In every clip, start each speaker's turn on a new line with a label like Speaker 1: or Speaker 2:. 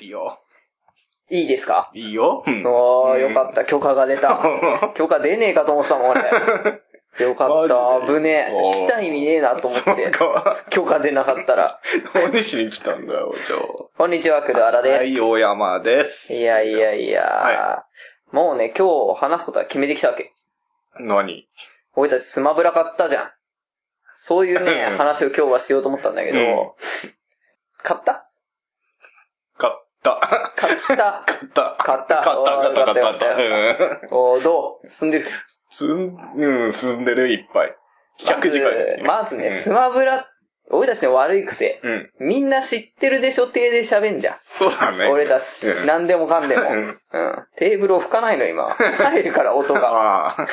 Speaker 1: いいよ。
Speaker 2: いいですか
Speaker 1: いいよ。うん
Speaker 2: ああ、よかった。許可が出 た。許可出ねえかと思ってたもん、俺。よかった。
Speaker 1: マジで
Speaker 2: 危ね
Speaker 1: おー
Speaker 2: え。来た意味ねえなと思っ
Speaker 1: そ
Speaker 2: て
Speaker 1: う。か。
Speaker 2: 許可出なかったら。
Speaker 1: 何しに来たんだよ、じゃ
Speaker 2: こんにちは、くるあら
Speaker 1: あ。は
Speaker 2: で
Speaker 1: い、大山です。
Speaker 2: す。いやいやいや、
Speaker 1: は
Speaker 2: もうね、今日話すことは決めてきたわけ。
Speaker 1: 何
Speaker 2: 俺たちスマブラ買ったじゃん。そういうね
Speaker 1: う、ん
Speaker 2: 話を今日はしようと思ったんだけど、
Speaker 1: うん
Speaker 2: 買った
Speaker 1: 買った。
Speaker 2: 買 った
Speaker 1: 買った。
Speaker 2: 買った
Speaker 1: 買った、買った、買った。買ったうん
Speaker 2: おーどう進んでる
Speaker 1: すん、うん、進んでる、いっぱい。100時間。
Speaker 2: まずね、スマブラ、俺たちの悪い癖。
Speaker 1: うん。うん。
Speaker 2: みんな知ってるでしょ体で喋んじゃん。
Speaker 1: そうだね。
Speaker 2: 俺たち、
Speaker 1: うん
Speaker 2: 何でもかんでも。
Speaker 1: う
Speaker 2: うん
Speaker 1: ん。
Speaker 2: テーブルを拭かないの、今。入るから、音が。だか
Speaker 1: ああ。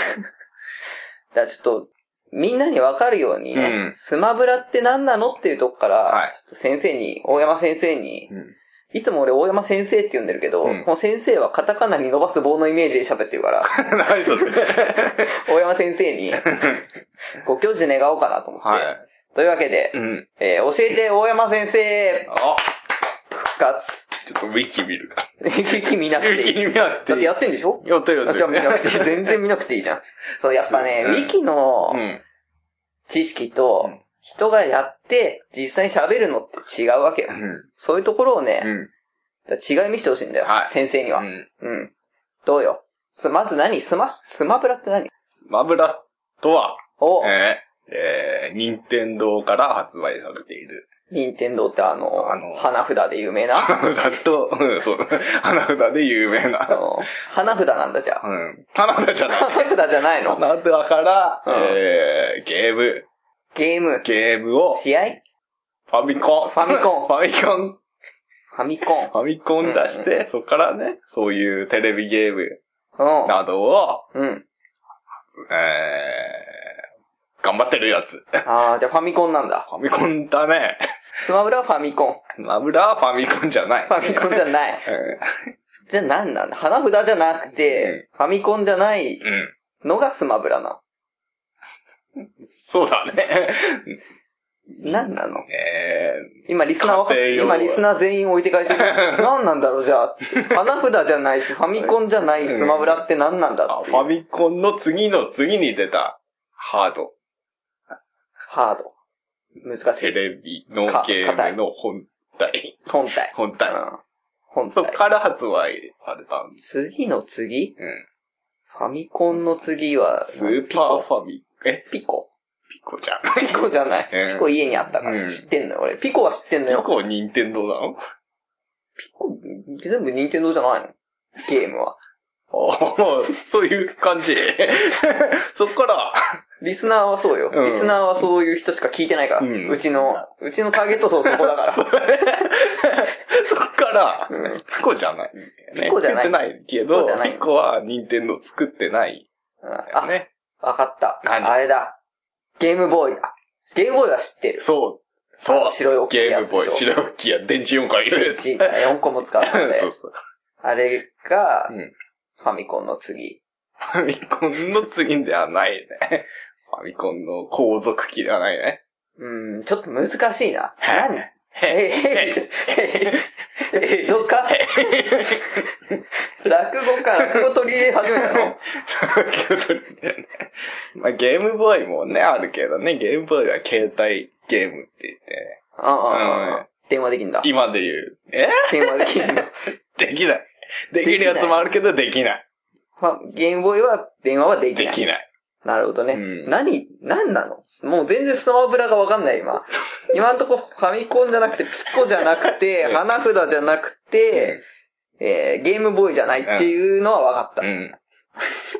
Speaker 2: らちょっと、みんなにわかるようにね、
Speaker 1: うん
Speaker 2: スマブラって何なのっていうとこから、
Speaker 1: はい
Speaker 2: ちょっと先生に、大山先生に、
Speaker 1: うん
Speaker 2: いつも俺大山先生って言うんだけど、
Speaker 1: うん
Speaker 2: もう先生はカタカナに伸ばす棒のイメージで喋ってるから、
Speaker 1: 何それ。
Speaker 2: 大山先生にご教授願おうかなと思っ て。
Speaker 1: はい。
Speaker 2: というわけで、
Speaker 1: うん。
Speaker 2: えー教えて大山先生
Speaker 1: あ、
Speaker 2: 復活。
Speaker 1: ちょっとウィキ見るか。
Speaker 2: 見な
Speaker 1: ウ
Speaker 2: く
Speaker 1: ィ
Speaker 2: てい
Speaker 1: キ
Speaker 2: い。
Speaker 1: 見なくて
Speaker 2: だ
Speaker 1: い
Speaker 2: っ
Speaker 1: い。
Speaker 2: てやってんでしょ
Speaker 1: やってるや
Speaker 2: あ
Speaker 1: って
Speaker 2: じゃあ見なくていい。
Speaker 1: る。
Speaker 2: 全然見なくていいじゃん。そう、やっぱね、
Speaker 1: そうね
Speaker 2: ウィキの
Speaker 1: うん。
Speaker 2: 知識と
Speaker 1: うん、
Speaker 2: 人がやって、実際に喋るのって違うわけよ
Speaker 1: う。ん。
Speaker 2: そういうところを
Speaker 1: う
Speaker 2: ね、
Speaker 1: ん。
Speaker 2: 違い見せてほしいんだよ
Speaker 1: は。い
Speaker 2: 先生には
Speaker 1: う。ん
Speaker 2: うん。どうよ。すまず何スマ、スマブラって何
Speaker 1: マブラとは、
Speaker 2: お、
Speaker 1: えー、えー、任天堂から発売されている。
Speaker 2: 任天堂ってあの
Speaker 1: あの、
Speaker 2: 花札で有 名な。
Speaker 1: 花札と、うん、そう、花札で有名
Speaker 2: あ
Speaker 1: な。
Speaker 2: の花札なんだじゃ
Speaker 1: う
Speaker 2: あ。
Speaker 1: ん。花札じゃない。
Speaker 2: 花札じゃないの
Speaker 1: 花札から、
Speaker 2: うん
Speaker 1: えー、ゲーム、
Speaker 2: ゲーム、
Speaker 1: ゲームを、
Speaker 2: 試合
Speaker 1: ファミコン。
Speaker 2: ファミコン
Speaker 1: ファミコン。
Speaker 2: ファミコン
Speaker 1: ファミコン出して、そこからね、そういうテレビゲーム。などを、
Speaker 2: うん。うん。
Speaker 1: えー、頑張ってるやつ。
Speaker 2: ああ、じゃあファミコンなんだ。
Speaker 1: ファミコンだね。
Speaker 2: スマブラはファミコン。
Speaker 1: マブラはファミコンじゃない。
Speaker 2: ファミコンじゃない。じゃあ何なんだ花札じゃなくて、ファミコンじゃない
Speaker 1: うん。うん
Speaker 2: のがスマブラな
Speaker 1: そうだね。
Speaker 2: の。何なの
Speaker 1: え
Speaker 2: 今リスナーわかっ
Speaker 1: 家庭用
Speaker 2: 今リスナー全員置いてかれ てる。何なんだろうじゃあ。花札じゃないし、ファミコンじゃないスマブラって何なんだ
Speaker 1: ー、あ
Speaker 2: って
Speaker 1: フ
Speaker 2: いう
Speaker 1: ァミコンの次の次に出たハード。
Speaker 2: ハード。難し
Speaker 1: テ
Speaker 2: い。
Speaker 1: レビの
Speaker 2: か
Speaker 1: ゲームの本体。
Speaker 2: 本体。
Speaker 1: 本
Speaker 2: う
Speaker 1: 体。
Speaker 2: ん本
Speaker 1: そ
Speaker 2: 体
Speaker 1: っ。から発売されたんです。
Speaker 2: 次の次
Speaker 1: うん。
Speaker 2: ファミコンの次は、
Speaker 1: スーパーファミ、え
Speaker 2: ピコ。
Speaker 1: ピコじゃない
Speaker 2: ピコじゃない。
Speaker 1: うん
Speaker 2: ピコ家にあったか
Speaker 1: うん
Speaker 2: ら。知ってんのよ、俺。ピコは知ってんの
Speaker 1: ピ
Speaker 2: よ。
Speaker 1: コニンテンドーなの
Speaker 2: ピコ、全部任天堂じゃないのゲームは。
Speaker 1: ああ、そういう感 じ。そっから、
Speaker 2: リスナーはそうよ。
Speaker 1: うん
Speaker 2: リスナーはそういう人しか聞いてないから。
Speaker 1: う
Speaker 2: うんちの、うちのターゲット層そこ だから。
Speaker 1: そっから、
Speaker 2: うん
Speaker 1: ピコじゃないんだよね。
Speaker 2: ピコじゃない
Speaker 1: 作ってないけ
Speaker 2: ピコ
Speaker 1: ど
Speaker 2: じゃな、い
Speaker 1: ピコは任天堂作ってないんだよ
Speaker 2: あ、
Speaker 1: ね。
Speaker 2: わかった。
Speaker 1: 何
Speaker 2: あれだ。ゲームボーイだ。ゲームボーイは知ってる。
Speaker 1: そう。そう。
Speaker 2: 白い大きい
Speaker 1: ゲ
Speaker 2: や
Speaker 1: ー
Speaker 2: つ
Speaker 1: ム
Speaker 2: でし
Speaker 1: ボー
Speaker 2: ょ
Speaker 1: イ、白いきや、電池4回いるやつ。
Speaker 2: 1 4個も使ったので。
Speaker 1: そうそう。
Speaker 2: あれが、
Speaker 1: うん
Speaker 2: ファミコンの次。
Speaker 1: ファミコンの次ではないね。ファミコンの後続機ではないね。
Speaker 2: うん、ちょっと難しいな。何え、
Speaker 1: へ
Speaker 2: え、え、え、江戸か落語か、落語取り入れ始めたの
Speaker 1: まあ、ゲームボーイもね、あるけどね、ゲームボーイは携帯ゲームって言ってね、
Speaker 2: うんう
Speaker 1: う
Speaker 2: んうんん。電話できんだ。
Speaker 1: 今で言う、え
Speaker 2: 電話でき んだ。
Speaker 1: できない。できるやつもあるけど、できない。
Speaker 2: ファゲームボーイは電話はでき
Speaker 1: で
Speaker 2: ない。
Speaker 1: きない。
Speaker 2: なるほどね。
Speaker 1: うん
Speaker 2: 何、何なのもう全然スマブラがわかんない、 今。今んとこファミコンじゃなくて、ピコじゃなくて
Speaker 1: う、ん
Speaker 2: 花札じゃなくて、えーゲームボーイじゃないっていうのはわかった。
Speaker 1: うん。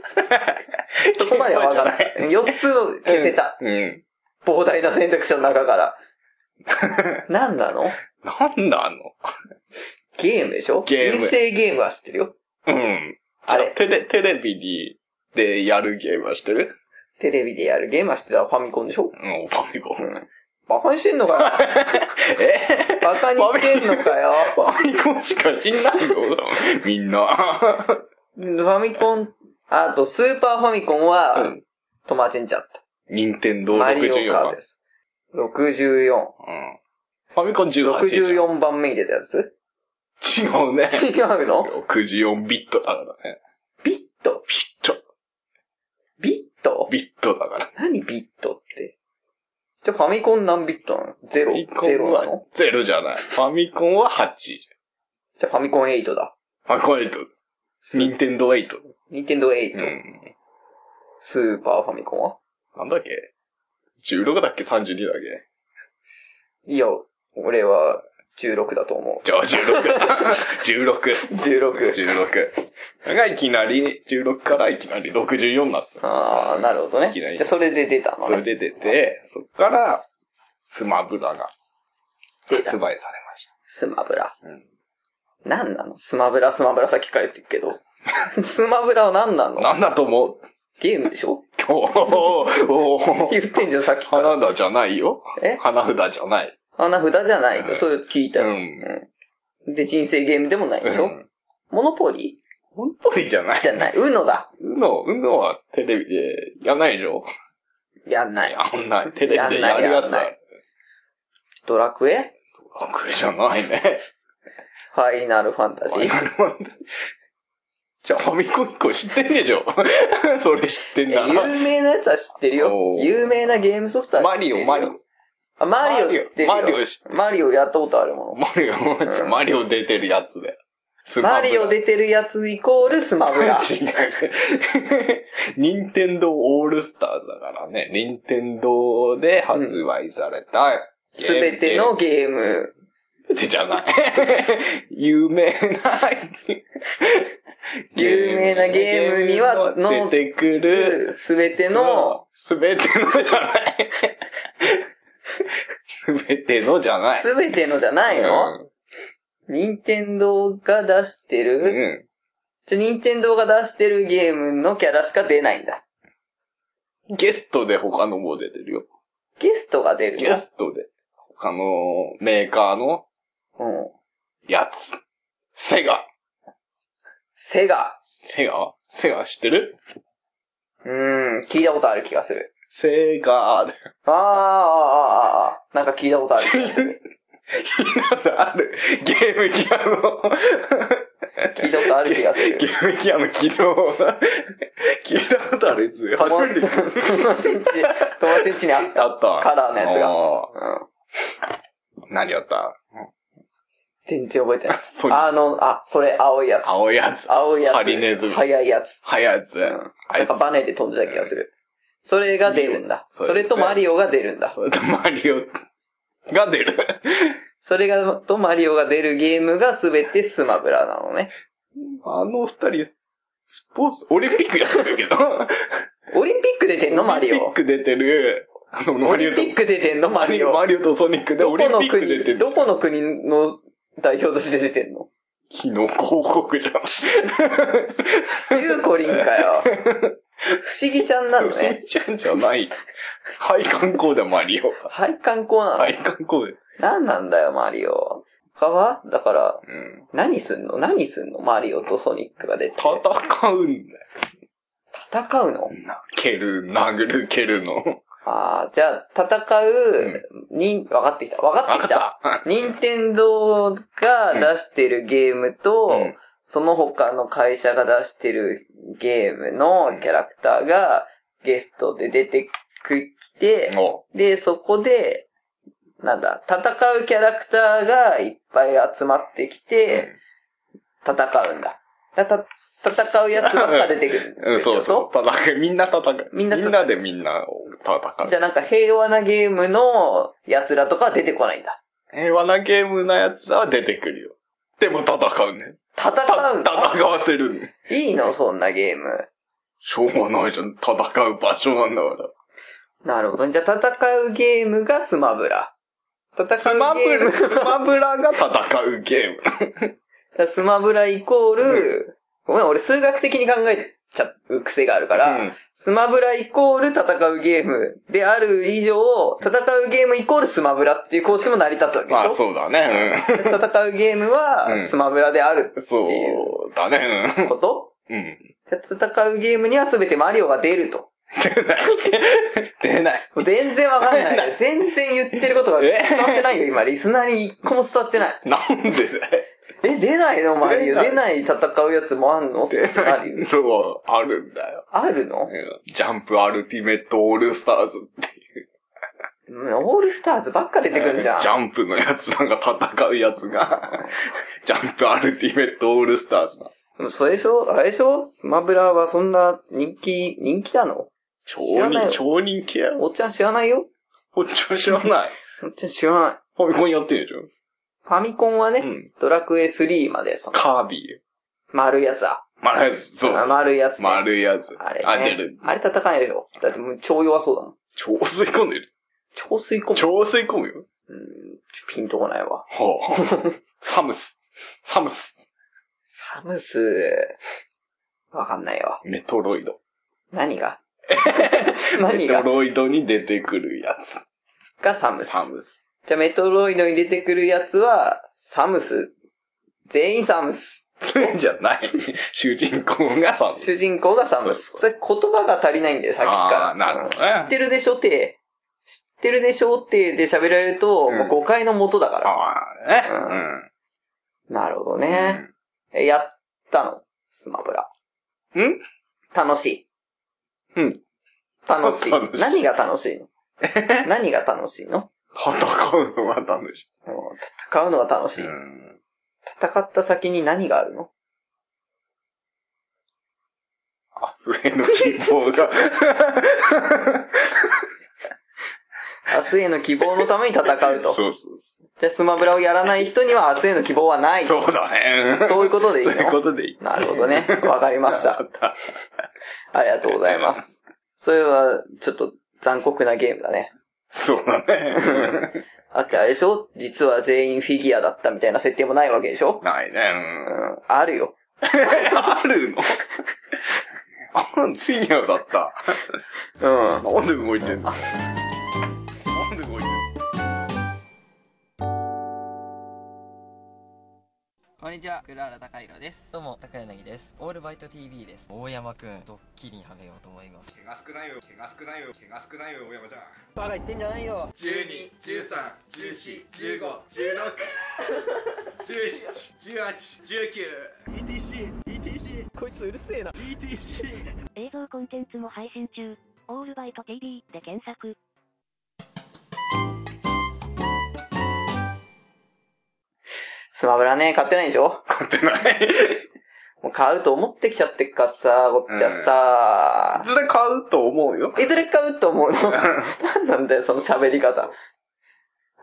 Speaker 2: そこまではわかっ
Speaker 1: ゲー
Speaker 2: た。4つを消せた。
Speaker 1: ムボーイじゃない。うん。
Speaker 2: 膨大な選択肢の 中から。何なの
Speaker 1: なんだあの
Speaker 2: ゲームでしょ
Speaker 1: ゲーム
Speaker 2: 人生ゲームは知ってるよ。
Speaker 1: うん。
Speaker 2: あれ
Speaker 1: テレ、テレビに、でやるゲームはしてる
Speaker 2: テレビでやるゲームは知ってたらファミコンでしょ
Speaker 1: うん、ファミコン。
Speaker 2: バカにしてんのかよ。
Speaker 1: え
Speaker 2: バカにしてんのかよ。
Speaker 1: ファミコンしか知んないよ、みんな。
Speaker 2: ファミコン、あとスーパーファミコンは、
Speaker 1: うん
Speaker 2: 友達んちゃった。
Speaker 1: 任天堂
Speaker 2: マリオカ
Speaker 1: 64番
Speaker 2: ー。です。
Speaker 1: う
Speaker 2: 64。
Speaker 1: ん。ファミコン18。
Speaker 2: 64番目に出たやつ
Speaker 1: 違うね。
Speaker 2: 違うの
Speaker 1: 64ビットだからね。
Speaker 2: ビット
Speaker 1: ビット。
Speaker 2: ビット
Speaker 1: ビットだから。
Speaker 2: 何ビットって。じゃあファミコン何ビットなのゼロ
Speaker 1: ファミコンは
Speaker 2: ゼロなの
Speaker 1: ゼロじゃない。ファミコンは8。
Speaker 2: じゃあファミコン8だ。
Speaker 1: ファミコン8。ニンテンド8。
Speaker 2: ニンテンド
Speaker 1: う
Speaker 2: 8。
Speaker 1: ん。
Speaker 2: スーパーファミコンは
Speaker 1: なんだっけ ?16 だっけ ?32 だっ
Speaker 2: いや、俺は16だと思
Speaker 1: けじゃあ16。16。
Speaker 2: う。16。
Speaker 1: 16。がいきなり、16からいきなり64になった。
Speaker 2: ああ、なるほどね。
Speaker 1: いきなり
Speaker 2: じゃあそれで出たの
Speaker 1: それ
Speaker 2: ね。
Speaker 1: で出て、そっから、スマブラが
Speaker 2: 出
Speaker 1: 発売
Speaker 2: た
Speaker 1: されまし
Speaker 2: スマブラ。
Speaker 1: た。うん
Speaker 2: なんなのスマブラ、スマブラさっきから言ってるけど。 スマブラは何なの
Speaker 1: なんだと思 う
Speaker 2: ゲームでしょ
Speaker 1: おーおー
Speaker 2: 言ってんじゃん、さっきから。
Speaker 1: 花札じゃないよ。
Speaker 2: え
Speaker 1: 花札じゃない。
Speaker 2: 花札じゃない
Speaker 1: うん。
Speaker 2: それ聞いた
Speaker 1: う
Speaker 2: よ。
Speaker 1: ん。
Speaker 2: うん。で、人生ゲームでもないでしょ
Speaker 1: うん
Speaker 2: モノポリ
Speaker 1: モノポリじゃない。
Speaker 2: じゃない。ウノだ。
Speaker 1: うの、うのはテレビでやんないでしょ
Speaker 2: やんない。
Speaker 1: やんない。テレビでやるや
Speaker 2: やん
Speaker 1: つ
Speaker 2: な
Speaker 1: だ
Speaker 2: い。ドラクエ
Speaker 1: 悪じゃないね。
Speaker 2: ファイナルファンタジー。
Speaker 1: じゃあファミコン1個知ってんでしょ それ知ってんだな。
Speaker 2: 有名なやつは知ってるよ
Speaker 1: お。ー
Speaker 2: 有名なゲームソフトは知
Speaker 1: マ
Speaker 2: ってる
Speaker 1: リ
Speaker 2: よ。
Speaker 1: オ、マリオ。
Speaker 2: あ、マリオ知ってるよ。
Speaker 1: マリオ知って
Speaker 2: マリオやったことあるも
Speaker 1: マリオ、
Speaker 2: うん
Speaker 1: マリオ出てるやつで。ス
Speaker 2: ん。マリオ
Speaker 1: で
Speaker 2: 出てるやつイコールスマ ブラ。
Speaker 1: 違う。任天堂オールスターズだからね、任天堂で発売された
Speaker 2: すべての
Speaker 1: ゲ
Speaker 2: ゲーム。
Speaker 1: ーム。全てじゃ ない。有名な
Speaker 2: 有名なゲームには
Speaker 1: ゲームの出てくる
Speaker 2: すべての、、
Speaker 1: すべてのじゃない。すべてのじゃない。
Speaker 2: すべてのじゃないの任天堂が出して
Speaker 1: うんう
Speaker 2: る、
Speaker 1: ん。
Speaker 2: じゃ、任天堂が出してるゲームのキャラしか出ないんだ。
Speaker 1: ゲストで他のも出てるよ。
Speaker 2: ゲストが出る
Speaker 1: ゲ
Speaker 2: の
Speaker 1: ストで。他のメーカーの
Speaker 2: うん。
Speaker 1: やつ。セガ。
Speaker 2: セガ。
Speaker 1: セガセガ知ってる
Speaker 2: うーん、聞いたことある気がする。
Speaker 1: セガーで。
Speaker 2: あーあー、あーあー、なんか聞いたことあ る気がする。
Speaker 1: なんかある。ゲームギアの。
Speaker 2: 聞いたことある気がする
Speaker 1: ゲームギアの起動。聞いたことあるやつ。初めて聞い。
Speaker 2: 友達んち、友達んちにあったた。
Speaker 1: あった。
Speaker 2: カラーのやつが
Speaker 1: が。
Speaker 2: うん。
Speaker 1: 何やった
Speaker 2: 全然覚えてない。
Speaker 1: そう
Speaker 2: あの、あ、それ、青いやつ。
Speaker 1: 青いやつ。
Speaker 2: 青いやつ。
Speaker 1: ハリネズミ
Speaker 2: 早いやつ。
Speaker 1: 早いやつ。あ
Speaker 2: ないん
Speaker 1: つ
Speaker 2: かバネで飛んでた気がする。それが出るんだ。
Speaker 1: そう
Speaker 2: それとマリオが出るんだ。
Speaker 1: それとマリオが出る。
Speaker 2: それが、とマリオが出るゲームがすべてスマブラなのね。
Speaker 1: あの二人、スポーツ、オリンピックやってるけど。
Speaker 2: オリンピック出てんのマリ
Speaker 1: オリン
Speaker 2: オ
Speaker 1: ピ。ック出てる。あの、
Speaker 2: オ
Speaker 1: マリ
Speaker 2: リ
Speaker 1: オ
Speaker 2: ン
Speaker 1: と
Speaker 2: ピ、ック出てんのマリオ。
Speaker 1: マリオとソニックで
Speaker 2: ど
Speaker 1: オ
Speaker 2: こ
Speaker 1: リン
Speaker 2: の
Speaker 1: ピック出て
Speaker 2: 国、
Speaker 1: る。
Speaker 2: どこの国の代表として出てんの
Speaker 1: 昨日広告じゃん。
Speaker 2: ユーコリンかよ。不思議ちゃんなのね。
Speaker 1: ちゃんじゃ ない。配管工だ、マリオ。
Speaker 2: 配管工なの。
Speaker 1: 配管工で。
Speaker 2: 何なんだよ、マリオ。他はだから、
Speaker 1: うん。
Speaker 2: 何すんの何すんのマリオとソニックが出て。
Speaker 1: 戦うんだよ。
Speaker 2: 戦うの
Speaker 1: 蹴る、殴る、蹴るの。
Speaker 2: ああ、じゃあ、戦う、に、分かってきた。分かってきた。任天堂が出してるゲームと、
Speaker 1: うん
Speaker 2: その他の会社が出してるゲームのキャラクターがゲストで出てきて、
Speaker 1: お
Speaker 2: で、そこで、なんだ、戦うキャラクターがいっぱい集まってきて、戦うんだ。だた戦うやつばっか出てくるんでしょ。
Speaker 1: うん、そうそう。戦う。みんな戦う。
Speaker 2: みんな戦う
Speaker 1: でみんなを戦う。
Speaker 2: じゃあなんか平和なゲームの奴らとかは出てこないんだ。
Speaker 1: 平和なゲームなやつらは出てくるよ。でも戦うね。
Speaker 2: 戦
Speaker 1: た
Speaker 2: うんだ。
Speaker 1: 戦わせるね。
Speaker 2: いいのそんなゲーム。
Speaker 1: しょうがないじゃん。戦う場所なんだから。
Speaker 2: なるほど。じゃあ戦うゲームがスマブラ。戦うゲーム。
Speaker 1: スマブラ、スマブラが戦うゲーム。
Speaker 2: スマブライコール、ごめん、俺数学的に考えちゃう癖があるから、
Speaker 1: うん
Speaker 2: スマブライコール戦うゲームである以上、戦うゲームイコールスマブラっていう公式も成り立つわけでしょ
Speaker 1: まあそうだね。
Speaker 2: 戦うゲーム
Speaker 1: うん
Speaker 2: はスマブラである
Speaker 1: うん。
Speaker 2: っていう
Speaker 1: そうだね。
Speaker 2: こと、
Speaker 1: うん。うん。
Speaker 2: じゃあ戦うゲームには全てマリオが出ると。
Speaker 1: 出ない。出ない。
Speaker 2: もう全然わかんな。
Speaker 1: 出 ない
Speaker 2: 全然言ってることが伝わってないよ、今。リスナーに一個も伝わってない。
Speaker 1: なんでだよ
Speaker 2: え、出ないのマリオ。
Speaker 1: 出
Speaker 2: 出
Speaker 1: な
Speaker 2: ない戦うやつもあんのってなるよ。
Speaker 1: そう、あるんだよ。
Speaker 2: ある
Speaker 1: う
Speaker 2: の
Speaker 1: んジャンプアルティメットオールスターズっていう。
Speaker 2: うんオールスターズばっか出てくんじゃん。
Speaker 1: ジャンプのやつなんか戦うやつ が、ジャンプアルティメットオールスターズなの
Speaker 2: でもそれでしょあれでしょスマブラはそんな人気、人気なの
Speaker 1: 超
Speaker 2: 知らない
Speaker 1: 人、超人気やろ
Speaker 2: おっちゃん知らないよ
Speaker 1: こっちも知らない。
Speaker 2: おっちゃん知らない。
Speaker 1: ファミコンやってるでしょ
Speaker 2: ファミコンはね、
Speaker 1: うん
Speaker 2: ドラクエ3まで、その、
Speaker 1: カービィ。
Speaker 2: 丸いやつだ。
Speaker 1: 丸いやつ、そう。
Speaker 2: 丸いやつ、ね。
Speaker 1: 丸いやつ。
Speaker 2: あれ、ね。
Speaker 1: あ、出る。
Speaker 2: あれ叩かないでしょだってもう超弱そうだもん。
Speaker 1: 超吸い込んでる。
Speaker 2: 超吸い込む。
Speaker 1: 超吸い込むよ。
Speaker 2: うん、ちょピンとこないわ。
Speaker 1: は あ、サムス。サムス。
Speaker 2: サムス、わかんないわ。
Speaker 1: メトロイド。
Speaker 2: 何が
Speaker 1: メ
Speaker 2: 何
Speaker 1: ト
Speaker 2: が
Speaker 1: ロイドに出てくるや
Speaker 2: がサム
Speaker 1: つ。
Speaker 2: ス。
Speaker 1: サムス。
Speaker 2: じゃあメトロイドに出てくるやつは、サムス。全員サムス。
Speaker 1: じゃない。主人公がサムス。
Speaker 2: 主人公がサムス
Speaker 1: そう。
Speaker 2: それ言葉が足りないんだよ、さっきから。
Speaker 1: あーなるほど
Speaker 2: うん知ってるでしょって、知ってるでしょってで喋られると、
Speaker 1: うん
Speaker 2: もう誤解のもとだから。
Speaker 1: ああ、ね。
Speaker 2: なるほど
Speaker 1: うん。
Speaker 2: ね。えやったのスマブラ。
Speaker 1: うん。
Speaker 2: 楽しい。
Speaker 1: うん。
Speaker 2: 楽 し
Speaker 1: 楽し
Speaker 2: い。
Speaker 1: い
Speaker 2: 何が楽し いの何が楽しいの
Speaker 1: 戦うのは楽し
Speaker 2: うん戦うのが楽し
Speaker 1: い。
Speaker 2: い。
Speaker 1: うん。
Speaker 2: 戦った先に何があるの
Speaker 1: 明日への希望が。
Speaker 2: 明日への希望のために戦う
Speaker 1: そう
Speaker 2: と。
Speaker 1: そうそ
Speaker 2: じゃあスマブラをやらない人には明日への希望はない。
Speaker 1: う。
Speaker 2: そう
Speaker 1: そうだね。
Speaker 2: いうことでいい
Speaker 1: そういうこ
Speaker 2: の
Speaker 1: とでいい。
Speaker 2: なるほどね。わかりました。ありがとうございます。それは、ちょっと残酷なゲームだね。
Speaker 1: そうだね。
Speaker 2: だってあれでしょ実は全員フィギュアだったみたいな設定もないわけでしょ
Speaker 1: ないね。う
Speaker 2: う
Speaker 1: ん
Speaker 2: ん、あるよ。
Speaker 1: あるのあ、フィギュアだった。
Speaker 2: うん。
Speaker 1: なんで動いてんのなんで動いてんの
Speaker 3: こんにちは、黒原隆弘です。
Speaker 4: どうも、高柳です。オールバイト TV です。大山くん、ドッキリにはめようと思います。
Speaker 5: 毛が少ないよ毛が少ないよ毛が少ないよ親子ちゃん
Speaker 3: バカ言ってんじゃないよ。
Speaker 5: 12、13、14、15、16、17、18、19 ETC、ETC こいつうるせえな ETC
Speaker 6: 映像コンテンツも配信中。オールバイト TV で検索。
Speaker 2: スマブラね、買ってないでしょ
Speaker 1: 買ってない。
Speaker 2: もう買うと思ってきちゃってっからさ、僕じゃさ、
Speaker 1: それ買うと思うよ。
Speaker 2: いずれ買うと思うの。なんなんだよ、その喋り方。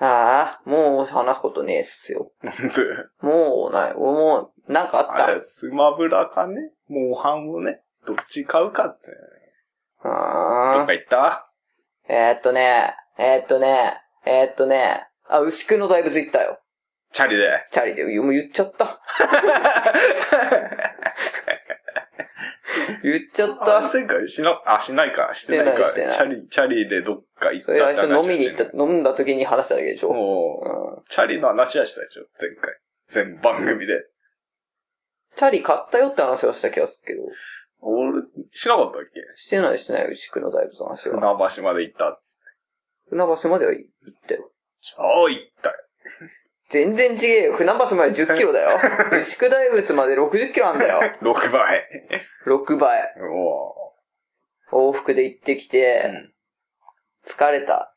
Speaker 2: ああ、もう話すことねえっすよ。
Speaker 1: なんで、
Speaker 2: もうない、もう、なんか
Speaker 1: あ
Speaker 2: あっ
Speaker 1: れ、スマブラかね、モンハンをね、どっち買うかって。
Speaker 2: た
Speaker 1: どっ
Speaker 2: あ
Speaker 1: か行った
Speaker 2: ーえーっとね、えーっとね、えーっとね、あ、牛久の大仏行ったよ。
Speaker 1: チャリで。
Speaker 2: チャリで、もう言っちゃった。 言っちゃっ
Speaker 1: あ、
Speaker 2: た。
Speaker 1: 前回しな、あ、しないか、してないか。
Speaker 2: してないして
Speaker 1: チャリ、チャリでどっか行っ
Speaker 2: そ
Speaker 1: た
Speaker 2: れ最初飲みに行
Speaker 1: た
Speaker 2: った、飲んだ時に話しただけでしょ。う
Speaker 1: も
Speaker 2: ん
Speaker 1: う、チャリの話はしたでしょ、前回。全番組で。
Speaker 2: チャリ買ったよって話をした気がするけど、
Speaker 1: 俺、しなかったっけ
Speaker 2: してないしてない、牛久の大仏の話
Speaker 1: 船
Speaker 2: は。
Speaker 1: 橋まで行ったっつって。
Speaker 2: 船橋までは行ったよ。
Speaker 1: ああ、行ったよ。
Speaker 2: 全然違えよ。船橋まで10キロだ よ。牛久大仏まで60キロあんだよ。
Speaker 1: 6倍。
Speaker 2: 6倍。
Speaker 1: お
Speaker 2: 往復で行ってきて、
Speaker 1: うん
Speaker 2: 疲れた。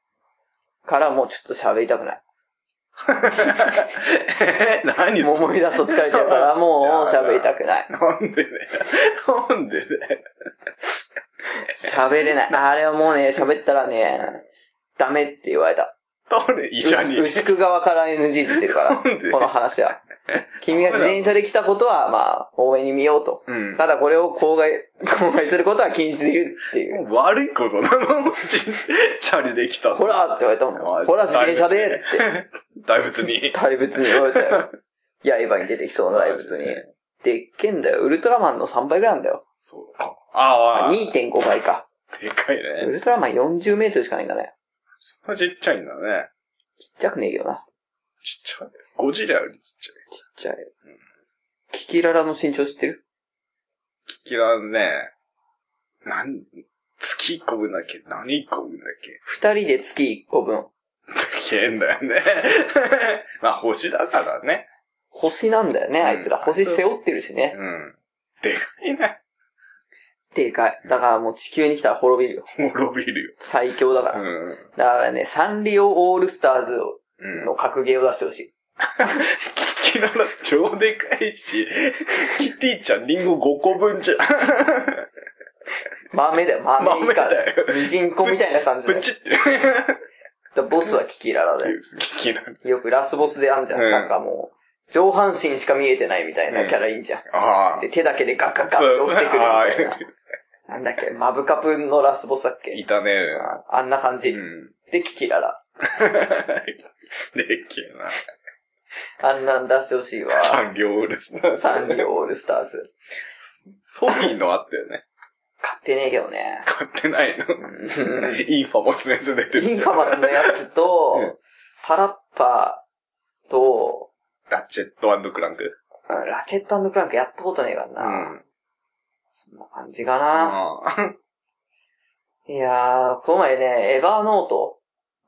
Speaker 2: からもうちょっと喋りたくない。
Speaker 1: ーえ 何
Speaker 2: もう思い出すと疲れちゃ うから、もう喋りたくない。
Speaker 1: なんでね。なんでね。
Speaker 2: 喋れない。あれはもうね、喋ったらね、ダメって言われた。
Speaker 1: 誰医者に。
Speaker 2: 牛久側から NG 出てるから
Speaker 1: なんで、
Speaker 2: この話は。君が自転車で来たことは、まあ、応援に見ようと。
Speaker 1: うん
Speaker 2: ただこれを公害、公害することは禁止できるっていう。
Speaker 1: 悪いことなのチャリで来たの。
Speaker 2: ほらって言われたもん。ほら、自転車でって。
Speaker 1: って。大仏に。
Speaker 2: 大仏に言われた よ。刃に出てきそうな大仏に。でっけんだよ。ウルトラマンの3倍ぐらいなんだよ。
Speaker 1: そう。ああ、で
Speaker 2: 2.5倍か。
Speaker 1: かい
Speaker 2: ウ
Speaker 1: ね。
Speaker 2: ルトラマン40メートルしかないんだね。
Speaker 1: そんなちっちゃいんだね。
Speaker 2: ちっちゃくねえよな。
Speaker 1: ちっちゃい。ゴジラよりちっちゃい。
Speaker 2: ちっちゃい。キキララの身長知ってる
Speaker 1: キキラね、何、月1個分だっけ何1個分だっけ
Speaker 2: 二人で月1個分。
Speaker 1: 変だよね。まあ、星だからね。
Speaker 2: 星なんだよね、あいつら。
Speaker 1: うん
Speaker 2: 星背負ってるしね。
Speaker 1: うん。でかいな。
Speaker 2: でかい。だからもう地球に来たら滅びるよ。
Speaker 1: 滅びるよ。
Speaker 2: 最強だか
Speaker 1: う
Speaker 2: ら。だ
Speaker 1: ん。
Speaker 2: からね、サンリオオールスターズ
Speaker 1: うん。
Speaker 2: の格ゲーを出してほしい。
Speaker 1: キキララ超でかいし、キティちゃんリンゴ5個分じゃん。
Speaker 2: 豆だよ、豆以
Speaker 1: 豆
Speaker 2: 下
Speaker 1: だよ。
Speaker 2: ミジンコみたいな感じで
Speaker 1: プ。チって。
Speaker 2: だボスはキキララだよ。
Speaker 1: キキララ。
Speaker 2: よくラスボスであんじゃん。
Speaker 1: うん
Speaker 2: なんかもう、上半身しか見えてないみたいなキャラいいんじゃん。
Speaker 1: ああ。
Speaker 2: で、手だけでガッガッガッと押してくるみたい
Speaker 1: そ
Speaker 2: な。なんだっけ、マブカプのラスボスだっけ
Speaker 1: いたね。
Speaker 2: ああんな感
Speaker 1: う
Speaker 2: じ。
Speaker 1: ん。
Speaker 2: で、キキララ。
Speaker 1: でっけえな。
Speaker 2: あんなん出してほしいわ。
Speaker 1: 産業オールスタ
Speaker 2: サ
Speaker 1: ー
Speaker 2: ンリ
Speaker 1: ズ。
Speaker 2: オオールスターズ。
Speaker 1: ソニーのあったよね。
Speaker 2: 買ってねえけどね。
Speaker 1: 買ってないの。
Speaker 2: うん
Speaker 1: インファモスのやつ出てる。
Speaker 2: インファマスのやつと
Speaker 1: うん、
Speaker 2: パラッパーと、
Speaker 1: ラチェットクランク。
Speaker 2: うんラチェットクランクやったことねえから
Speaker 1: う
Speaker 2: な。
Speaker 1: ん。
Speaker 2: そんな感じかな。
Speaker 1: あ
Speaker 2: いやー、この前ね、エバーノート。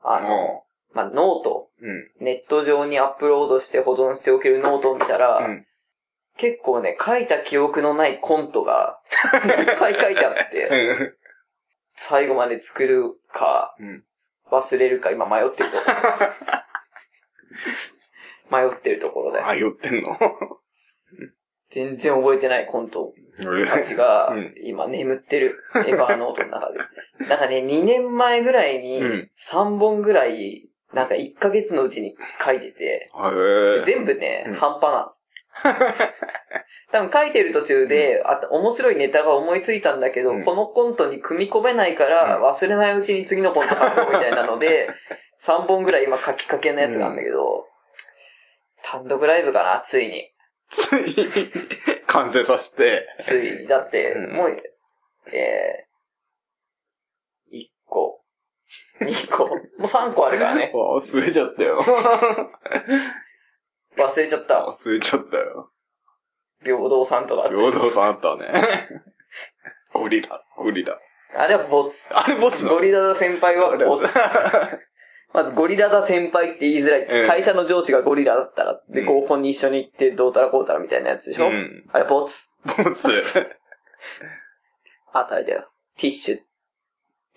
Speaker 2: あ
Speaker 1: あ。
Speaker 2: の、
Speaker 1: も
Speaker 2: まあ、ノート。
Speaker 1: う。うん。
Speaker 2: ネット上にアップロードして保存しておけるノートを見たら、
Speaker 1: うん。
Speaker 2: 結構ね、書いた記憶のないコントが、いっぱい書いてあ って、最後まで作るか、
Speaker 1: うん。
Speaker 2: 忘れるか今迷ってるところ。迷ってるところだよ。
Speaker 1: あ、寄ってんの
Speaker 2: 全然覚えてないコントたち が
Speaker 1: うん、
Speaker 2: 今眠ってる。エヴァーノートの中で。なんかね、2年前ぐらいに
Speaker 1: うん、
Speaker 2: 3本ぐらい、なんか1ヶ月のうちに書いてて、
Speaker 1: へえ。
Speaker 2: 全部ね
Speaker 1: うん、
Speaker 2: 半端なの。多分書いてる途中で、あと面白いネタが思いついたんだけど、
Speaker 1: うん
Speaker 2: このコントに組み込めないから、忘れないうちに次のコント書こうみたいな ので、3本ぐらい今書きかけのやつなんだけど、単独ライブかな、ついに。
Speaker 1: ついに 完成させて。
Speaker 2: ついに。だって、
Speaker 1: うん
Speaker 2: もう、えー、1個、2個、もう3個あるからね。
Speaker 1: あ忘れちゃった よ。
Speaker 2: 忘れちゃった。
Speaker 1: 忘れちゃったよ。
Speaker 2: 平等さんとか。
Speaker 1: 平等さんあったね。ゴリラ、ゴリラ。
Speaker 2: あれはボツ。
Speaker 1: あれボスの
Speaker 2: ゴリラだ先輩 はボツ。まずゴリラだ先輩って言いづらい。
Speaker 1: うん
Speaker 2: 会社の上司がゴリラだったら、で、
Speaker 1: うん
Speaker 2: 合コンに一緒に行って、どうたらこうたらみたいな やつでしょ、
Speaker 1: うん
Speaker 2: あれ、ボツ。
Speaker 1: ボス。
Speaker 2: あとあれだよ。ティッシュ、
Speaker 1: デ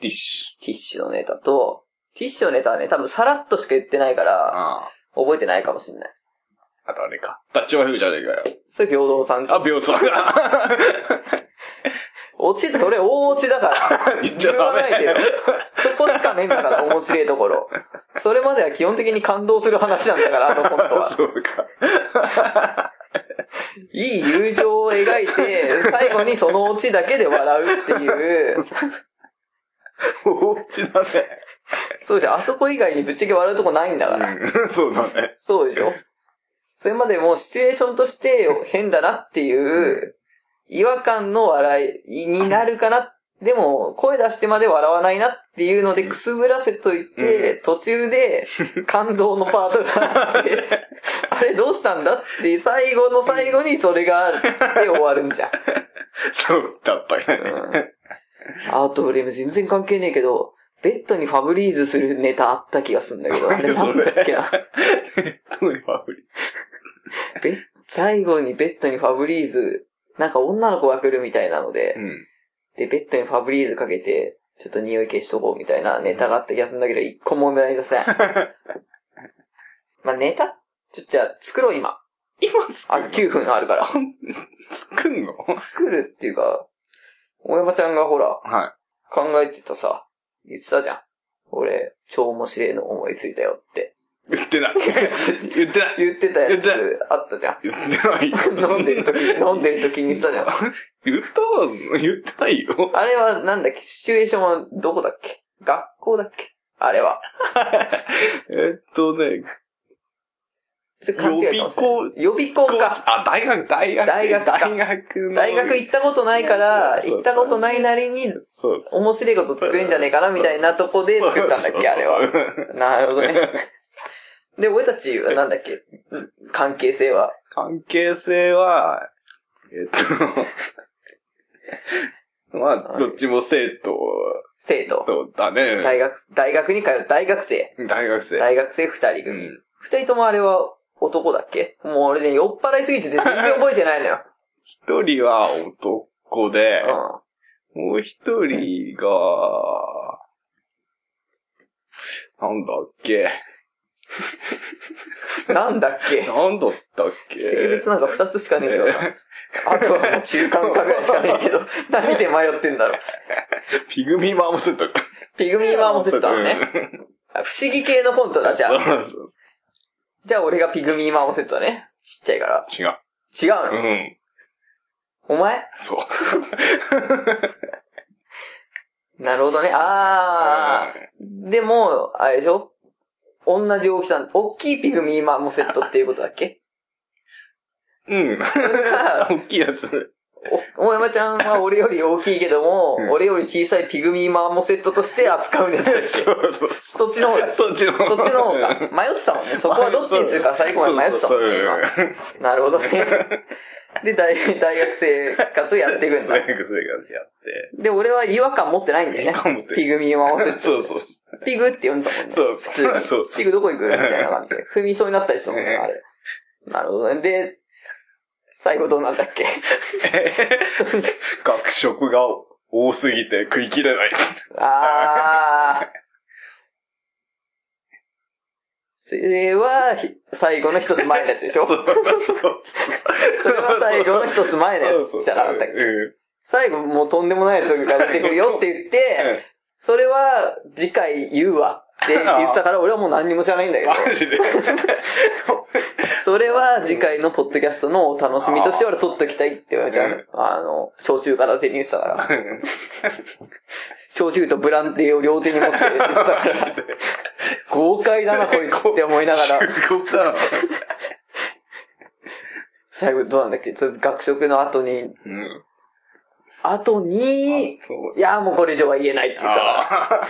Speaker 1: ィッシ
Speaker 2: ティッシュのネタと、ティッシュのネタはね、多分さらっとしか言ってないか
Speaker 1: ュ。
Speaker 2: ら、
Speaker 1: ああ。
Speaker 2: 覚えてないかもしんない。
Speaker 1: あとあれか。ダッチワイフじゃねえかよ。
Speaker 2: それ平等さんじゃん
Speaker 1: あ、秒差が。
Speaker 2: 落ち、それ大落ちだから。
Speaker 1: 言っちゃ
Speaker 2: 言
Speaker 1: ダ
Speaker 2: わないでよ
Speaker 1: メ。
Speaker 2: そこしかねえんだから、面白いところ。それまでは基本的に感動する話なんだから、あのコントは。
Speaker 1: そうか。
Speaker 2: いい友情を描いて、最後にその落ちだけで笑うっていう。
Speaker 1: おうちだね。
Speaker 2: そうじゃん、あそこ以外にぶっちゃけ笑うとこないんだから。
Speaker 1: うん、そうだね。
Speaker 2: そうでしょそれまでもうシチュエーションとして変だなっていう、違和感の笑いになるかな。でも、声出してまで笑わないなっていうのでくすぶらせといて、途中 で感動のパートがあ って、あれどうしたんだって、最後の最後にそれがあって終わるんじゃん。
Speaker 1: そうだったね。
Speaker 2: アートフレーム全然関係ねえけど、ベッドにファブリーズするネタあった気がするんだけど、あれなんだっけな。
Speaker 1: それは無理。
Speaker 2: ベ最後にベッドにファブリーズ、なんか女の子が来るみたいなので、
Speaker 1: うん。
Speaker 2: で、ベッドにファブリーズかけて、ちょっと匂い消しとこうみたいなネタがあった気がするんだけど、一個も思い 出せない。まあ、ネタちょ、じゃあ、作ろう今。
Speaker 1: 今
Speaker 2: あと9分あるから。
Speaker 1: 作んの
Speaker 2: 作るっていうか、大山ちゃんがほら、
Speaker 1: は
Speaker 2: 考えてたさ、言ってたじゃん。俺、超面白いの思いついたよって。
Speaker 1: い。言って ない。言ってない。
Speaker 2: 言ってたやつ
Speaker 1: 言っ
Speaker 2: あったじゃん。
Speaker 1: 言ってないよ。
Speaker 2: 飲んでる時、飲んでる時に言ってたじゃん。
Speaker 1: 言ったわ言ってないよ。
Speaker 2: あれはなんだっけシチュエーションはどこだっけ学校だっけあれは。
Speaker 1: えっとね、
Speaker 2: それ勘違いかもしれない予備校か。
Speaker 1: あ、大学、大学。
Speaker 2: 大学か
Speaker 1: 大学の。
Speaker 2: 大学行ったことないから、
Speaker 1: そうそう
Speaker 2: 行ったことないなりに
Speaker 1: そう。
Speaker 2: 面白いこと作れんじゃねえかなみたいなとこで作ったんだっけあれは。
Speaker 1: は。
Speaker 2: なるほどね。で、俺たちはなんだっけ関係性は。
Speaker 1: 関係性は、えっ と、まあ、どっちも生徒
Speaker 2: 生徒。
Speaker 1: だね。
Speaker 2: 大学、大学に通う大学生。
Speaker 1: 大学生。
Speaker 2: 大学生二人
Speaker 1: う
Speaker 2: 組
Speaker 1: ん。。
Speaker 2: 二人ともあれは男だっけもう俺ね、酔っ払いすぎてて全然覚えてない のよ。
Speaker 1: 一人は男で、
Speaker 2: う
Speaker 1: もう一人が、なんだっけ
Speaker 2: ん。なんだっけ
Speaker 1: なんだったっけ
Speaker 2: 性別なんか二つしかねえけどな。
Speaker 1: え
Speaker 2: あとはもう中間かぐらいしかねえけど、 何で迷ってんだろう。
Speaker 1: ー ピグミーマーモセットか。
Speaker 2: ピグミーマーモセットだね。
Speaker 1: うん。
Speaker 2: あ不思議系のコントだ、じゃあ。
Speaker 1: そうそう
Speaker 2: じゃあ俺がピグミーマーモセットだね。ちっちゃいから。
Speaker 1: 違う。
Speaker 2: 違
Speaker 1: う
Speaker 2: うの、
Speaker 1: ん。
Speaker 2: お前
Speaker 1: そう。
Speaker 2: なるほどね。あー。でも、あれでしょ同じ大きさ、大きいピグミーマーモセットっていうことだっけ
Speaker 1: うん。 大きいやつ。
Speaker 2: お、大山ちゃんは俺より大きいけども、
Speaker 1: うん
Speaker 2: 俺より小さいピグミーマーモセットとして扱うんだっ け
Speaker 1: そうそう。
Speaker 2: そっちの方だっけ
Speaker 1: そっちの
Speaker 2: そっちの方が。迷ってたもんね。そこはどっちにするか最後まで迷ってたもんね。
Speaker 1: そうそう
Speaker 2: 今なる ほどね。で、大大学生活をやっていくんだ
Speaker 1: 大。学生活やって。
Speaker 2: で、俺は違和感持ってないんだよ
Speaker 1: 違和感持っ
Speaker 2: ね
Speaker 1: て。る
Speaker 2: ピグミーマーモセット。
Speaker 1: そうそう。
Speaker 2: ピグって呼んでたもんね。
Speaker 1: そう そう
Speaker 2: 普通に。
Speaker 1: そうそう
Speaker 2: ピグどこ行くみたいな感 じで。踏みそうになったりしたもんね、
Speaker 1: ね
Speaker 2: あれ。なるほどね。で、最後どうなんだっ け
Speaker 1: 学食が多すぎて食い切れない。
Speaker 2: あー。それは、ひ最後の一つ前のやつでし ょ
Speaker 1: そうそう
Speaker 2: それは最後の一つ前のやつじゃなかったっけ
Speaker 1: うん
Speaker 2: 最後もうとんでもないやつが出てくるよって言 って、それは次回言うわって言ってたから俺はもう何にも知らないんだけど、
Speaker 1: マ ジで。
Speaker 2: それは次回のポッドキャストのお楽しみとして俺撮っときたいって言われちゃう。あの、焼酎片手に言ってたから、焼酎とブランデーを両手に持って言ってたから、豪快だなこいつって思いなが ら、
Speaker 1: 中古だな。
Speaker 2: 最後どうなんだっけそれ学食の後に、
Speaker 1: うん。
Speaker 2: 後に、
Speaker 1: そう
Speaker 2: いやもうこれ以上は言えないって言ってたから。
Speaker 1: ああ。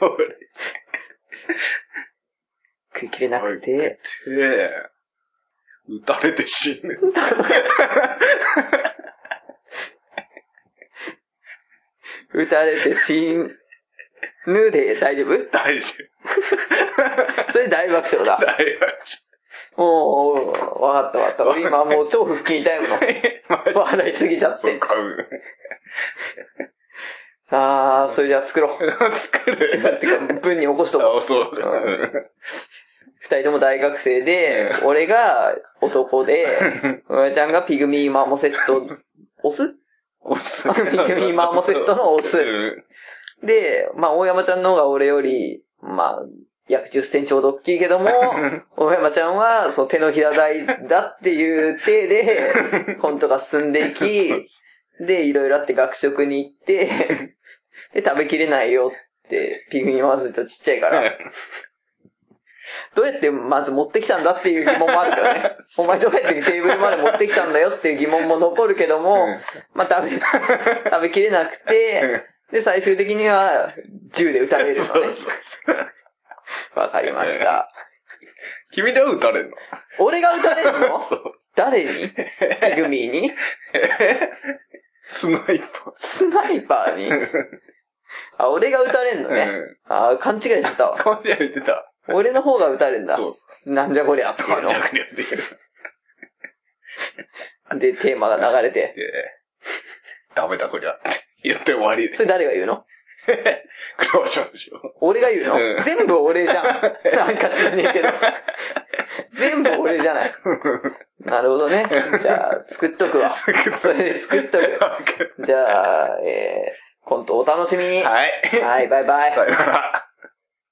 Speaker 1: 俺、
Speaker 2: 食い切れなくて、
Speaker 1: 手、撃たれて死ぬ。
Speaker 2: 撃たれて死ぬで大丈夫
Speaker 1: 大丈夫。
Speaker 2: それ大爆笑だ。
Speaker 1: 大丈
Speaker 2: もう、わかったわかった。俺今もう超腹筋痛いも の。
Speaker 1: 夫。マジ
Speaker 2: 笑いすぎちゃっ
Speaker 1: そう
Speaker 2: て。
Speaker 1: か、うん。
Speaker 2: あー、それじゃあ作ろう。
Speaker 1: 作る。
Speaker 2: てか、文に起こしとこう。
Speaker 1: あ、そうだ。
Speaker 2: 二人とも大学生で、俺が男で、おやちゃんがピグミーマーモセット、オス
Speaker 1: オス
Speaker 2: 右マーモセットのオス
Speaker 1: うん
Speaker 2: で、まあ、大山ちゃんの方が俺より、まあ、約10センチほど大きいけ ども、大山ちゃんは、その手のひら大だっていう体で、コントが進んで いき、で、いろいろあって学食に行って、で、食べきれないよって、ピグミーマーモセットちっちゃいから、どうやってまず持ってきたんだっていう疑問もあるか らね。お前どうやってテーブルまで持ってきたんだよっていう疑問も残るけども、
Speaker 1: うん
Speaker 2: まあ食べ、食べきれなくて、で、最終的には銃で撃たれるのね。わかりました。
Speaker 1: 君では撃たれんの
Speaker 2: 俺が撃たれるの
Speaker 1: そう
Speaker 2: 誰にピグミーに
Speaker 1: スナイ
Speaker 2: スナイパーに
Speaker 1: パー。
Speaker 2: あ、俺が撃たれんのね。あ、勘違いしてたわ。
Speaker 1: 顔じゃ言ってた。
Speaker 2: 俺の方が撃たれるんだ。
Speaker 1: そう。
Speaker 2: なんじゃこりゃっていう
Speaker 1: 顔
Speaker 2: の
Speaker 1: じ。ゃくりゃって言っ
Speaker 2: で、テーマが流れて。
Speaker 1: て。ダメだこりゃって言って終わりで
Speaker 2: そ。れ誰が言うの
Speaker 1: クローションでしょ。
Speaker 2: 俺が言うの、
Speaker 1: うん
Speaker 2: 全部俺じ ゃん。なんか知らねえけど。全部俺じゃない。なるほどね。じゃあ、作っとくわ。それで作っとく。じゃあ、えー、コントお楽しみに。
Speaker 1: はい。
Speaker 2: はい、バイバイ。
Speaker 1: さよなら。